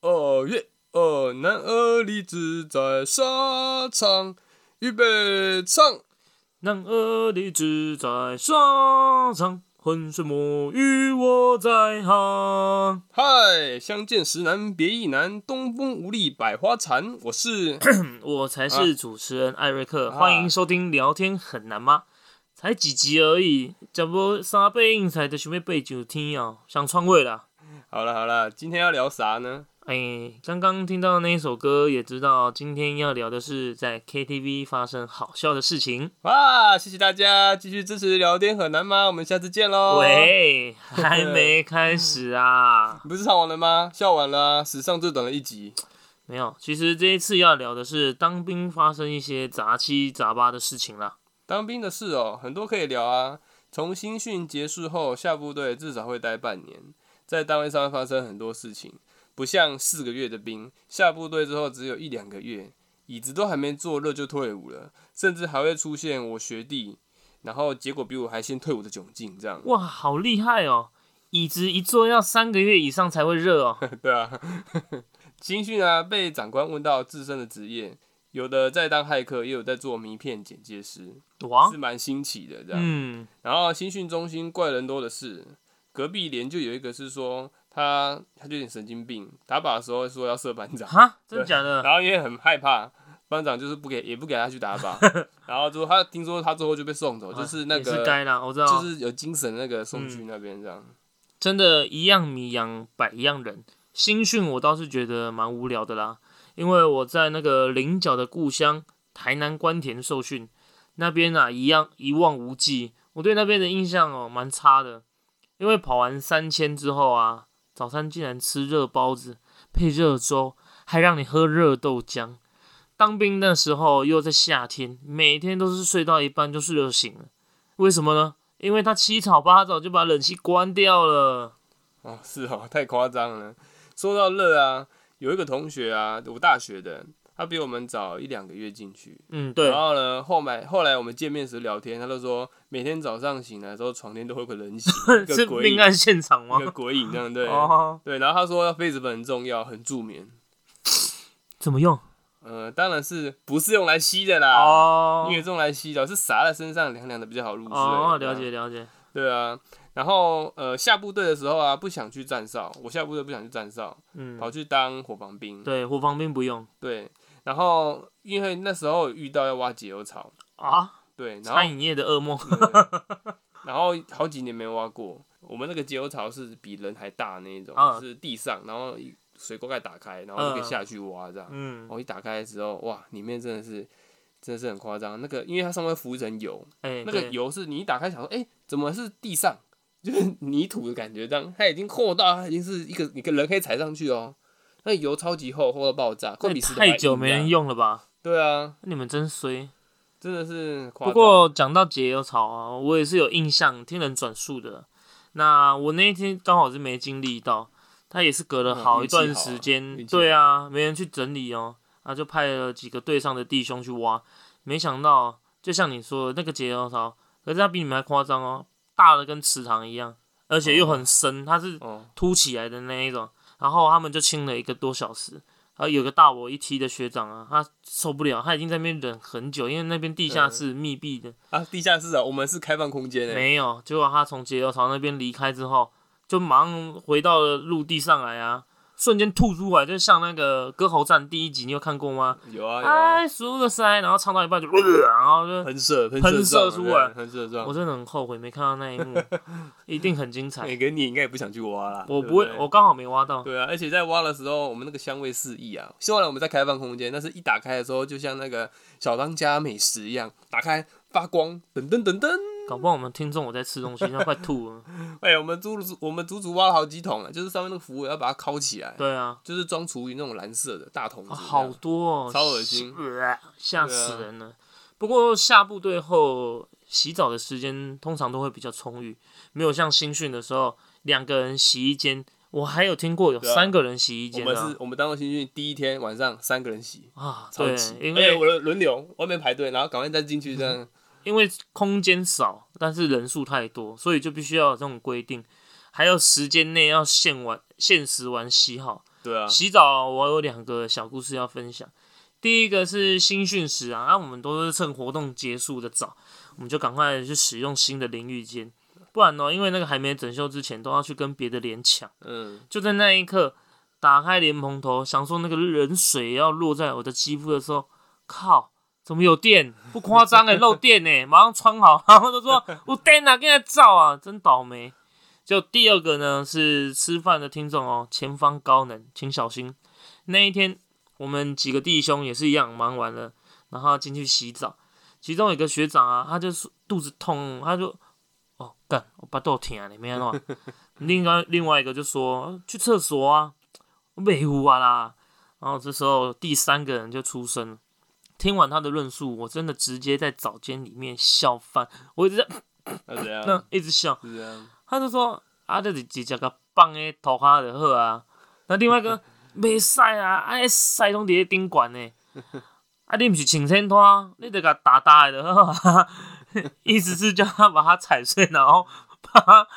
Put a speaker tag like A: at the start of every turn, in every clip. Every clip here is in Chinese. A: 二月，二男二女只在沙场，预备唱。
B: 男儿立志在沙场，浑水摸鱼我在行。
A: 嗨，相见时难别亦难，东风无力百花残。我是
B: 嗯我才是主持人艾瑞克，欢迎收听《聊天很难吗》？才几集而已，差不多三倍应才就想要背九天哦，想篡位啦。
A: 好了好了，今天要聊啥呢？
B: 哎、刚刚听到那一首歌，也知道今天要聊的是在 KTV 发生好笑的事情。
A: 哇，谢谢大家继续支持，聊天很难吗？我们下次见喽。，
B: 喂，还没开始啊？
A: 你不是唱完了吗？笑完了啊、史上最短的一集。
B: 没有，其实这一次要聊的是当兵发生一些杂七杂八的事情啦。
A: 当兵的事哦，很多可以聊啊。从新训结束后下部队，至少会待半年，在单位上会发生很多事情，不像四个月的兵，下部队之后只有一两个月，椅子都还没坐热就退伍了，甚至还会出现我学弟，然后结果比我还先退伍的窘境， 这样。
B: 哇，好厉害哦！椅子一坐要三个月以上才会热哦。
A: 对啊， 新训啊，被长官问到自身的职业，有的在当骇客，也有在做名片剪接师，
B: 哇
A: 是，蛮新奇的这样。
B: 嗯，
A: 然后新训中心怪人多的是，隔壁连就有一个是说他他就有点神经病，打靶的时候说要射班长，
B: 哈，真的假的？
A: 然后因为很害怕，班长就是不给也不给他去打 靶，然后就他听说他最后就被送走，就是那
B: 啊也是
A: 个
B: 该啦，我知道，
A: 就是有精神那个送去那边这样。
B: 真的，一样米养百样人。新训我倒是觉得蛮无聊的啦，因为我在那个菱角的故乡台南关田受训，那边啊一样一望无际。我对那边的印象哦蛮差的，因为跑完三千之后啊，早餐竟然吃热包子配热粥，还让你喝热豆浆。当兵那时候又在夏天，每天都是睡到一半就热醒了，为什么呢？因为他七早八早就把冷气关掉了。
A: 哦，是哦，太夸张了。说到热啊，有一个同学啊，我大学的，他比我们早一两个月进去，
B: 嗯，对
A: 然，后呢，后来后来我们见面时聊天，他就说每天早上醒来的时候，床边都会有个人 形，一个
B: 是
A: 鬼
B: 命
A: 影，
B: 案现场吗
A: 一？个鬼影这样对。
B: 哦，
A: 对，然后他说痱子粉很重要，很助眠。
B: 怎么用？
A: 呃，当然是不是用来吸的啦，
B: 哦
A: 因为这种来吸的，是撒在身上凉凉的比较好入睡。
B: 哦，
A: 对啊
B: 了解了解。
A: 对啊，然后呃下部队的时候啊，不想去站哨，我下部队不想去站哨，
B: 嗯，
A: 跑去当伙房兵。
B: 对，火防兵不用
A: 对，然后因为那时候有遇到要挖解忧草，
B: 啊，
A: 对，然后
B: 餐饮业的噩梦。
A: 对然后好几年没挖过。我们那个解忧槽是比人还大那一种，
B: 嗯
A: 是地上，然后一水沟盖打开，然后就可以下去挖这样。
B: 嗯，
A: 我、一打开之后，哇，里面真的是真的是很夸张。那个因为它上面浮一层油，
B: 哎，
A: 那个
B: 对
A: 油是你一打开想说，哎、怎么是地上？ 就是泥土的感觉，这样它已经厚到它已经是一个你个人可以踩上去哦。那油超级厚，厚到爆炸，快比石头还
B: 太久
A: 硬啊
B: 没
A: 这
B: 人
A: 样。
B: 用了吧？
A: 对啊，
B: 你们真衰。
A: 真的是夸张。
B: 不过讲到解忧草啊，我也是有印象，听人转述的。那我那一天刚好是没经历到，他也是隔了
A: 嗯
B: 好一
A: 运气
B: 段
A: 好啊
B: 时间，
A: 运气
B: 对啊，没人去整理哦，啊就派了几个队上的弟兄去挖，没想到就像你说的那个解忧草，可是它比你们还夸张哦，大的跟池塘一样，而且又很深，它是
A: 哦，
B: 凸起来的那一种，然后他们就清了一个多小时，然后有个大我一梯的学长啊，他受不了，他已经在那边忍很久，因为那边地下室密闭的，
A: 啊，地下室啊，我们是开放空间诶、欸
B: 没有。结果他从解忧槽那边离开之后，就马上回到了陆地上来啊，瞬间吐出来，就像那个歌喉战第一集，你有看过吗？
A: 有啊有啊，
B: 哎，输了塞，然后唱到一半就， 然后就，
A: 喷射喷
B: 喷射
A: 射
B: 出
A: 对
B: 来
A: 喷射
B: 我
A: 状。
B: 真的很后悔没看到那一幕，一定很精彩。
A: 每哎个你应该也不想去挖啦，
B: 我
A: 对
B: 不
A: 不
B: 会，
A: 对
B: 我刚好没挖到。
A: 对啊，而且在挖的时候，我们那个香味四溢啊，虽然我们在开放空间，但是一打开的时候，就像那个小当家美食一样，打开发光，噔噔噔噔。
B: 搞不好我们听众我在吃东西，那快吐了。
A: 哎、我们足足我们足足挖了好几桶啊，就是上面那个浮尾要把它烤起来，
B: 对啊，
A: 就是装厨余那种蓝色的大桶子
B: 啊
A: 这样、
B: 好多哦，
A: 超恶心啊
B: 呃吓死人了。不过下部队后洗澡的时间通常都会比较充裕，没有像新训的时候两个人洗一间，我还有听过有
A: 对啊
B: 三个人洗一
A: 我
B: 间
A: 们
B: 的啊
A: 是我们当过新训第一天晚上三个人洗，
B: 啊，
A: 超
B: 对
A: 级，，
B: 因
A: 而且
B: 为嗯
A: 我的轮流外面排队，然后赶快再进去这样。
B: 因为空间少，但是人数太多，所以就必须要有这种规定，还有时间内要限完限时完洗好。
A: 对啊，
B: 洗澡我有两个小故事要分享。第一个是新训时啊，那、我们都是趁活动结束的早，我们就赶快去使用新的淋浴间，不然哦呢，因为那个还没整修之前，都要去跟别的连抢。
A: 嗯，
B: 就在那一刻，打开莲蓬头，想说那个冷水要落在我的肌肤的时候，靠，怎么有电？不夸张哎，漏电哎、 马上穿好，然后就说我电啊，给他照啊，真倒霉。就第二个呢是吃饭的听众哦，前方高能，请小心。那一天我们几个弟兄也是一样，忙完了，然后进去洗澡，其中有一个学长啊，他就是肚子痛，他就哦干，我把豆疼啊了，没安弄。另外另外一个就说去厕所啊，没糊啊啦。然后这时候第三个人就出声了，听完他的论述，我真的直接在澡间里面笑翻，我一直在
A: 那怎
B: 那
A: 样？
B: 一直笑。
A: 是这样，
B: 他就说啊，就是直接甲放咧涂骹就好啊。那另外 一个袂使啊，啊，迄屎拢伫咧顶悬呢。啊，你毋是穿衬拖，你得甲打打的就好啊。 意思是叫他把它踩碎，然后把它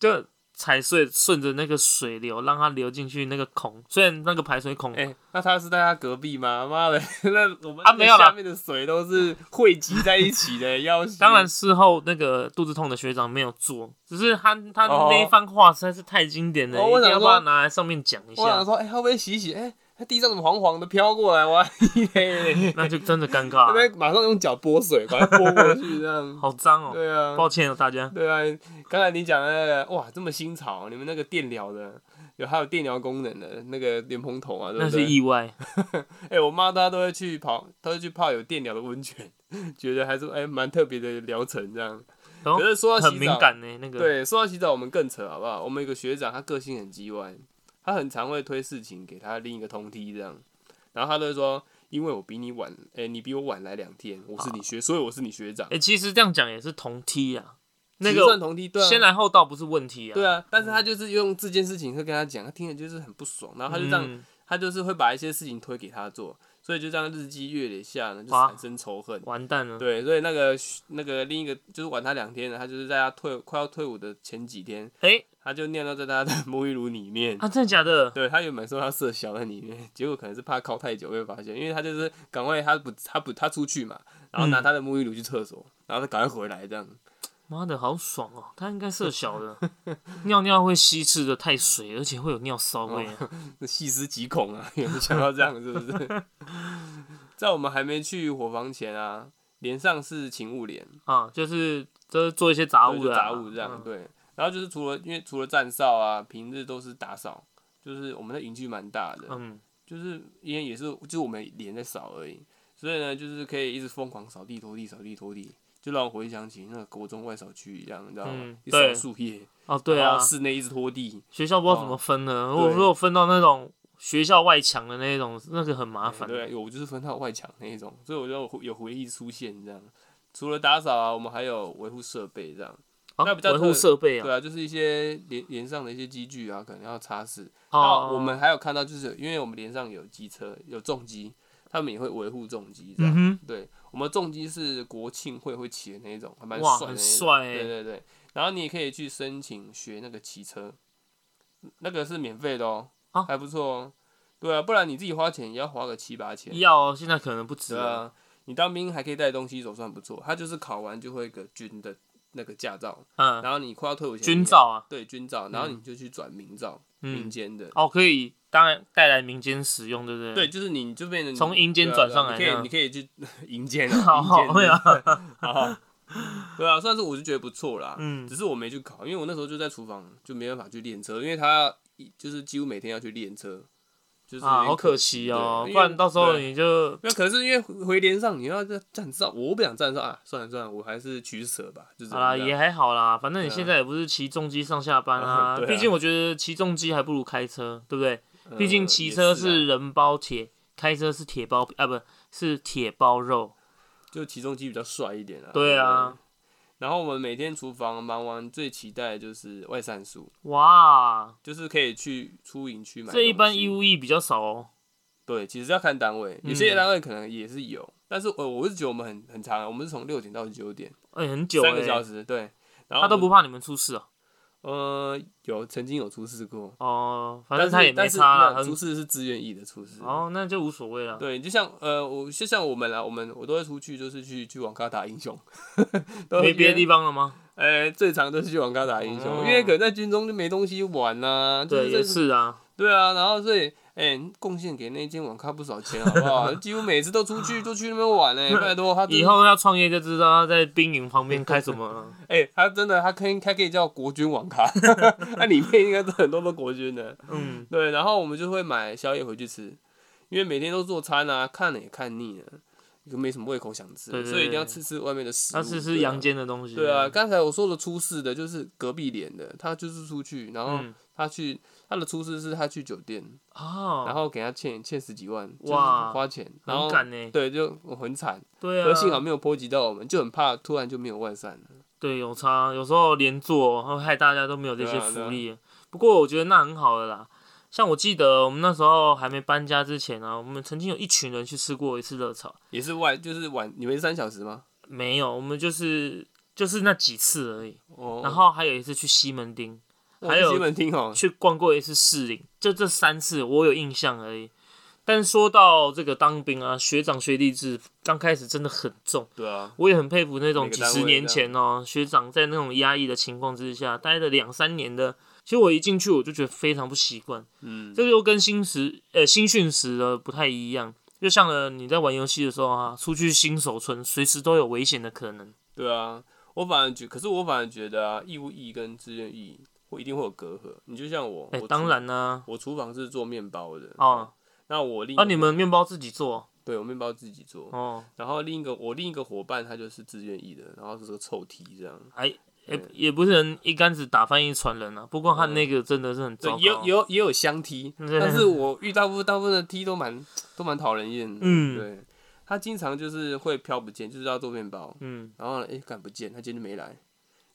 B: 就踩碎，顺着那个水流，让它流进去那个孔。虽然那个排水孔，
A: 哎、那他是在他隔壁吗？妈的，那我们
B: 啊没有啦
A: 下面的水都是汇集在一起 的，要死
B: 当然事后那个肚子痛的学长没有做，只是他他
A: 哦
B: 那一番话实在是太经典了，
A: 哦
B: 一
A: 我
B: 定
A: 想
B: 要把它
A: 说
B: 拿来上面讲一
A: 我想
B: 下，
A: 说，哎、会不会洗一洗？哎、那地上怎么黄黄的飘过来？哇， 那
B: 那就真的尴尬了。
A: 边马上用脚拨水，把它拨过去，这样。
B: 好脏哦、
A: 对啊，
B: 抱歉哦、大家。
A: 对啊，刚才你讲的那个，哇，这么新潮，你们那个电疗的，有还有电疗功能的那个莲蓬头啊，对
B: 那
A: 不
B: 是
A: 对？
B: 意外，
A: 哎、我妈她都会去跑，她会去泡有电疗的温泉， 觉得还是哎蛮、特别的疗程这样。
B: 然后
A: 可是说到
B: 哦很
A: 洗
B: 敏
A: 澡，
B: 感呢、那个
A: 对，说到洗澡我们更扯好不好？我们有个学长，他个性很叽歪，他很常会推事情给他另一个同梯这样，然后他都会说，因为我比你晚，哎、你比我晚来两天，我是你学，所以我是你学长
B: 哎、，其实这样讲也是同梯啊，那
A: 其实算
B: 个
A: 同梯对啊
B: 先。来后到不是问题啊。
A: 对
B: 啊，
A: 啊，但是他就是用这件事情会跟他讲，他听了就是很不爽，然后他就这
B: 嗯
A: 样，他就是会把一些事情推给他做，所以就这样日积月累下呢，就
B: 哇
A: 产生仇恨。
B: 完蛋了。
A: 对，所以那个那个另一个就是晚他两天的，他就是在他退快要退伍的前几天，
B: 哎、
A: 他就尿尿在他的沐浴乳里面。
B: 啊，真的假的？
A: 对他原本说他射小在里面，结果可能是怕靠太久被发现，因为他就是赶快他不他不他出去嘛，然后拿
B: 嗯
A: 他的沐浴乳去厕所，然后他赶快回来这样。
B: 妈的好爽哦、他应该射小的， 尿尿会稀释的太水，而且会有尿骚味、啊。
A: 那细思极恐啊，有没有想到这样？是不是？ 在我们还没去伙房前啊，连上是勤务连，
B: 啊，就是都是做一些杂
A: 对
B: 物
A: 就
B: 的、啊，
A: 杂物这样、对。然后就是除了因为除了站哨啊，平日都是打扫，就是我们的营区蛮大的，
B: 嗯。嗯，
A: 就是因为也是就是我们连在扫而已，所以呢就是可以一直疯狂扫地拖地扫地拖地。就让我回想起那个国中外扫区一样，你知道吗？
B: 嗯
A: 一
B: 对
A: 扫树叶，
B: 哦，对
A: 然
B: 啊
A: 后，室内一直拖地，
B: 学校不知道怎么分的。如果
A: 对
B: 如果分到那种学校外墙的那种，那个很麻烦。
A: 哎对，有我就是分到外墙那一种，所以我就有回有回忆出现这样。除了打扫啊，我们还有维护设备这样。
B: 啊，
A: 那比较
B: 维护
A: 特
B: 设备啊。
A: 对啊，就是一些连连上的一些机具啊，可能要擦拭。
B: 哦，
A: 那我们还有看到，就是因为我们连上有机车，有重机，他们也会维护重机这
B: 嗯
A: 样。
B: 哼，
A: 对，我们重机是国庆会会骑的那一种，还蛮
B: 哇
A: 帅的那一
B: 很
A: 种。
B: 帅欸
A: 对对对，然后你也可以去申请学那个骑车，那个是免费的哦、
B: 啊
A: 还不错哦、对啊，不然你自己花钱也要花个七八千。
B: 要现在可能不止
A: 对
B: 了。
A: 啊，你当兵还可以带东西走，算不错。他就是考完就会有一个军的那个驾照，
B: 嗯，
A: 然后你快要退伍前，
B: 军照啊，
A: 对军照，然后你就去转民照，民
B: 嗯，
A: 间的。
B: 哦，可以，当然带来民间使用，对不对？
A: 对，，就是你就变成
B: 嗯从阴间转上来
A: 对啊
B: 这
A: 你可以你可 以去阴间啊，
B: 好好
A: 阴
B: 对
A: 间
B: 啊，
A: 好好对啊，算是我就觉得不错啦。
B: 嗯
A: 只是我没去考，因为我那时候就在厨房，就没办法去练车，因为他就是几乎每天要去练车，就是有
B: 啊，
A: 点
B: 好可惜哦，
A: 对
B: 不然到时候
A: 因为
B: 你就
A: 那可是因为回连上你要再站哨，我不想站哨啊，算了算了，我还是取舍吧，就这
B: 好啦，
A: 样。
B: 也还好啦，反正你
A: 对啊
B: 现在也不是骑重机上下班啊，
A: 对啊
B: 毕竟我觉得骑重机还不如开车，对不对？
A: 呃
B: 毕竟骑车
A: 也是
B: 是
A: 啊
B: 人包铁，开车是铁包啊，不是铁包肉。
A: 就起重机比较帅一点啊。
B: 对啊，
A: 然后我们每天厨房忙完，最期待的就是外散宿，
B: 哇，
A: 就是可以去出营区买东
B: 这
A: 西。
B: 一般义务役比较少哦。
A: 对，其实要看单位，
B: 嗯
A: 有些单位可能也是有，但是我我是觉得我们很很长啊，我们是从六点到九点，
B: 哎，很久
A: 三个
B: 哎
A: 小，时，对。然后
B: 他都
A: 我们
B: 不怕你们出事哦。
A: 呃，有曾经有出事过，
B: 哦，反
A: 但
B: 正他
A: 是
B: 也没
A: 但是
B: 差啦，
A: 那出
B: 很
A: 事是自愿意的出事。
B: 哦，那就无所谓了。
A: 对，就像呃，我就像我们啦，我们我都会出去，就是去去网咖打英雄， 都会
B: 没别
A: 约
B: 的地方了吗？
A: 呃，最常都是去网咖打英雄，
B: 哦
A: 因为可能在军中就没东西玩呐、就
B: 对，
A: 这
B: 也是啊，
A: 对啊，然后所以，哎、贡献给那间网咖不少钱，好不 好？几乎每次都出去都去那边玩呢、拜托他真的
B: 以后要创业就知道他在兵营旁边开什么 了。
A: 哎、他真的他可以他可以叫国军网咖， 那里面应该都很多都国军的。
B: 嗯，
A: 对，然后我们就会买宵夜回去吃，因为每天都做餐啊，看了也看腻了，就没什么胃口想吃，
B: 对对
A: 所以一定要
B: 对
A: 吃吃外面的食物。
B: 他是
A: 对
B: 吃
A: 啊
B: 阳间的东西。
A: 对啊，，刚才我说的出事的就是隔壁连的，他就是出去，然后
B: 嗯
A: 他去、他的出事是他去酒店，然
B: 哦，
A: 后给他欠欠十几万，就是
B: 哇
A: 花钱，然后
B: 很敢呢。
A: 对就很惨，
B: 对
A: 可
B: 啊，
A: 幸好没有波及到我们，就很怕突然就没有外散了。
B: 对，有差，有时候连坐会害大家都没有这些
A: 对啊对
B: 福
A: 啊
B: 利。不过我觉得那很好的啦。像我记得我们那时候还没搬家之前啊，我们曾经有一群人去吃过一次热炒，
A: 也是外就是晚，你们是三小时吗？
B: 没有，我们就是就是那几次而已。
A: 哦，
B: 然后还有一次去西门町，
A: 哦
B: 还有
A: 西门町哦，
B: 去逛过一次士林，就这三次我有印象而已。但说到这个当兵啊，学长学弟制刚开始真的很重，
A: 对啊，
B: 我也很佩服那种
A: 每个
B: 几
A: 单位
B: 十年前哦、学长在那种压抑的情况之下待了两三年的。其实我一进去我就觉得非常不习惯，
A: 嗯，
B: 这个又跟新时呃新训时的不太一样。就像呢，你在玩游戏的时候啊，出去新手村随时都有危险的可能。
A: 对啊，我反而觉，可是我反而觉得啊，义务役跟志愿役会一定会有隔阂。你就像我，
B: 哎、
A: 我
B: 当
A: 厨，
B: 然啦、
A: 我厨房是做面包的
B: 哦，
A: 那我另
B: 啊，
A: 一
B: 你
A: 个
B: 们面包自己做
A: 对我面包自己做，
B: 哦，
A: 然后另一个我另一个伙伴他就是自愿意的，然后是个臭 T 这样。
B: 也、
A: 对
B: 也不是能一竿子打翻一船人啊。不过他那个真的是很糟
A: 对
B: 糕，，嗯
A: 也有也有也有香 T，
B: 对
A: 但是我遇大部分大部分的 T 都蛮都蛮讨人厌的。
B: 嗯
A: 对，他经常就是会飘不见，就是要做面包，
B: 嗯，
A: 然后呢，哎、干不见，他今天就没来，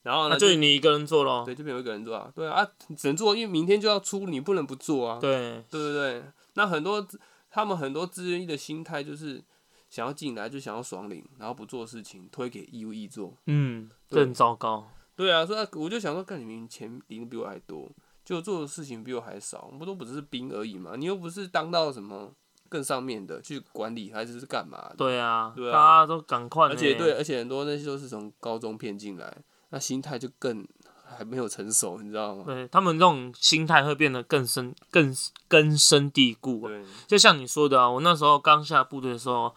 A: 然后
B: 那
A: 呢
B: 啊就你一个人做咯。
A: 对，就没有一个人做啊，对啊，啊只能做，因为明天就要出，你不能不做啊，
B: 对，
A: 对对对。那很多他们很多自愿意的心态就是想要进来就想要爽领，然后不做事情推给义务役做，
B: 嗯，
A: 对
B: 这很糟糕。
A: 对啊，所以啊我就想说，干你们钱领的比我还多，就做的事情比我还少，不都不只是兵而已嘛，你又不是当到什么更上面的去管理还是是干嘛的，
B: 对啊，
A: 对啊
B: 大家都赶快呢。
A: 而且对，而且很多那些都是从高中骗进来，那心态就更还没有成熟，你知道吗？
B: 对他们这种心态会变得更深、更根深蒂固、啊。
A: 对，
B: 就像你说的啊，我那时候刚下部队的时候，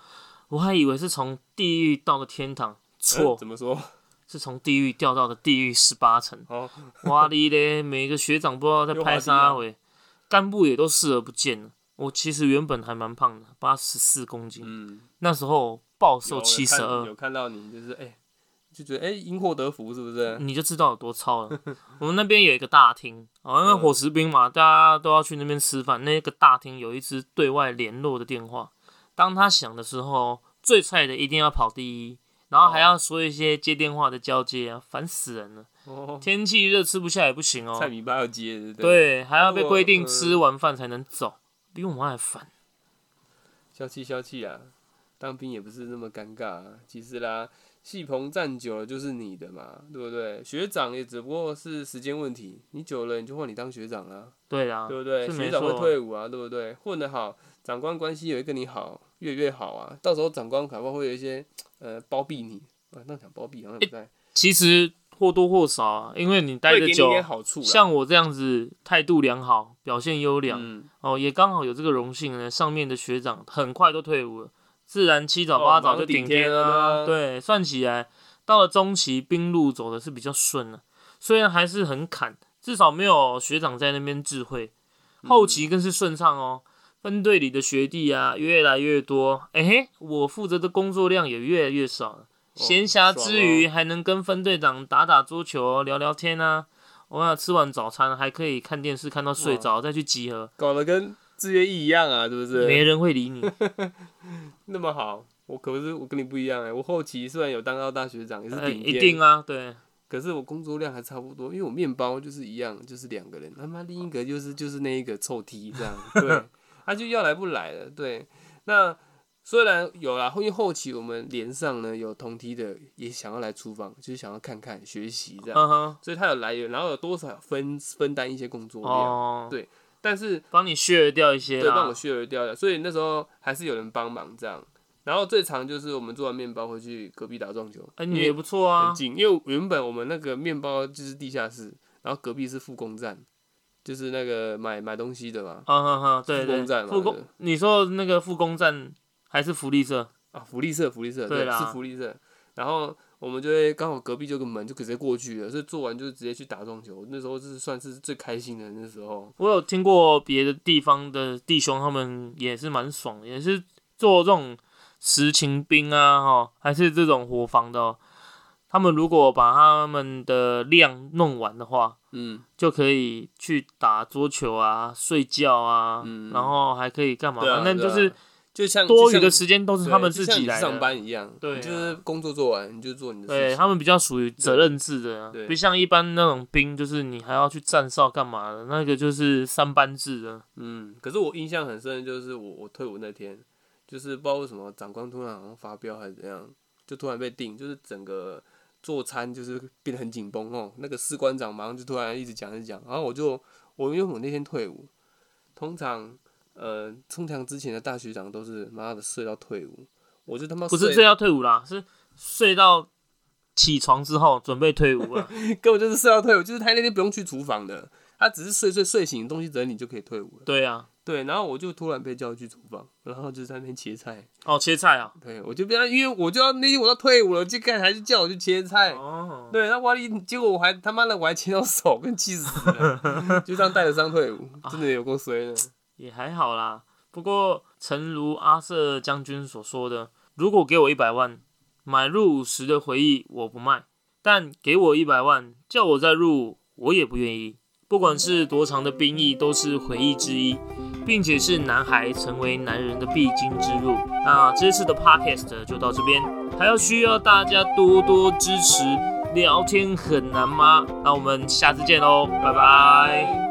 B: 我还以为是从地狱到了天堂，错
A: 呃，怎么说？
B: 是从地狱掉到了地狱十八层。
A: 哦，
B: 哇哩嘞，每个学长不知道在拍啥
A: 啊
B: 喂，干部也都视而不见了。我其实原本还蛮胖的，八十四公斤，
A: 嗯，
B: 那时候暴瘦
A: 有
B: 七十
A: 看
B: 二，
A: 有看到你就是哎、就觉得哎、因祸得福是不是？
B: 你就知道有多超了。我们那边有一个大厅，哦，因为
A: 嗯
B: 伙食兵嘛，大家都要去那边吃饭。那个大厅有一支对外联络的电话，当他响的时候，最菜的一定要跑第一，然后还要说一些接电话的交接啊，烦死人了。
A: 哦，
B: 天气热吃不下也不行哦，
A: 菜米巴要接，对不对？
B: 对，还要被
A: 如果
B: 规定
A: 嗯
B: 吃完饭才能走，比我们还烦。
A: 消气消气啊！当兵也不是那么尴尬、啊，其实啦，戏棚站久了就是你的嘛，对不对？学长也只不过是时间问题，你久了你就换你当学长啦，
B: 对啦，
A: 对不对？
B: 啊是没
A: 学长会
B: 错
A: 退伍啊，对不对？混得好，长官关系也会跟你好，越来越好啊。到时候长官搞不好会有一些呃包庇你，啊，那讲包庇好像也不太，
B: 其实或多或少啊，因为你哎待
A: 会给
B: 的
A: 你一
B: 久，
A: 点好处啦。
B: 像我这样子态度良好、表现优良、
A: 嗯，
B: 哦，也刚好有这个荣幸呢。上面的学长很快都退伍了，自然七早
A: 哦
B: 八早
A: 忙
B: 就
A: 顶
B: 顶天
A: 天了对
B: 啊。
A: 啊
B: 对，算起来到了中期，兵路走的是比较顺了、虽然还是很砍，至少没有学长在那边智慧。后期更是顺畅哦。分队里的学弟啊，越来越多，哎、嘿，我负责的工作量也越来越少
A: 哦
B: 了。闲暇之余、还能跟分队长打打桌球、聊聊天啊。我想吃完早餐还可以看电视，看到睡着再去集合，
A: 搞得跟志愿役一样啊，对不对？
B: 没人会 理你。
A: 那么好，我可是我跟你不一样哎、我后期虽然有当到大学长，也是
B: 呃，
A: 顶尖、
B: 一定啊，对，
A: 可是我工作量还差不多，因为我面包就是一样，就是两个人，他妈另一个 就是就是那一个臭 T 这样，对，他就要来不来了，对，那虽然有啦，因为后期我们连上呢有同梯的也想要来出访，就是想要看看学习这样，
B: 嗯哼，
A: 所以他有来源，然后有多少分分担一些工作量，
B: 哦
A: 对，但是
B: 帮你削掉一些
A: 对帮
B: 啦
A: 我。削掉了，所以那时候还是有人帮忙这样。然后最长就是我们做完面包回去隔壁打撞球，
B: 哎，
A: 因
B: 你
A: 为
B: 也不错啊
A: 很，近，因为原本我们那个面包就是地下室，然后隔壁是复工站，就是那个买买东西的嘛，
B: 嗯哼哼，对
A: 复
B: 对
A: 工站，嘛
B: 复
A: 对
B: 工，你说那个复工站还是福利社？
A: 啊，福利社，福利社，
B: 对
A: 对，
B: 啦
A: 是福利社。然后我们就会刚好隔壁就有个门，就直接过去了，所以做完就直接去打撞球。那时候是算是最开心的那时候，
B: 我有听过别的地方的弟兄，他们也是蛮爽的，也是做这种实勤兵啊，哈，还是这种伙房的、哦。他们如果把他们的量弄完的话，
A: 嗯，
B: 就可以去打桌球啊、睡觉啊，
A: 嗯
B: 然后还可以干嘛？
A: 对啊
B: 反正就
A: 对啊
B: 是
A: 就像
B: 多余
A: 就像
B: 的时间都是
A: 对
B: 他们
A: 就
B: 自
A: 像
B: 己
A: 你
B: 来的。
A: 上班一样，
B: 对啊
A: 你就是工作做完你就做你的
B: 对
A: 事
B: 他
A: 情，
B: 们比较属于责任制的啊，
A: 对
B: 不像一般那种兵，就是你还要去站哨干嘛的，那个就是三班制的。
A: 嗯。可是我印象很深的就是我我退伍那天，就是不知道为什么长官突然好像发飙还是怎样，就突然被定，就是整个。做餐就是变得很紧绷哦，那个士官长马上就突然一直讲一直讲，然后我就我因为我那天退伍，通常呃，通常之前的大学长都是妈的睡到退伍，我就他妈
B: 不是
A: 睡
B: 这要退伍啦，是睡到起床之后准备退伍了。
A: 根本就是睡到退伍，就是他那天不用去厨房的，他只是睡睡睡醒东西整理就可以退伍了。
B: 对啊，
A: 对，然后我就突然被叫去厨房，然后就在那边切菜。
B: 哦，切菜啊。
A: 对，我就被他，因为我就要那天我要退伍了，就干还是叫我去切菜。
B: 哦，
A: 对，那我一结果我还他妈的我还切到手，跟气死了，就这样带着伤退伍，真的有够衰的。
B: 也还好啦。不过，诚如阿瑟将军所说的，如果给我一百万，买入伍时的回忆我不卖；但给我一百万，叫我再入伍，我也不愿意。不管是多长的兵役，都是回忆之一，并且是男孩成为男人的必经之路。那这次的 podcast 就到这边，还要需要大家多多支持。聊天很难吗？那我们下次见喽，拜拜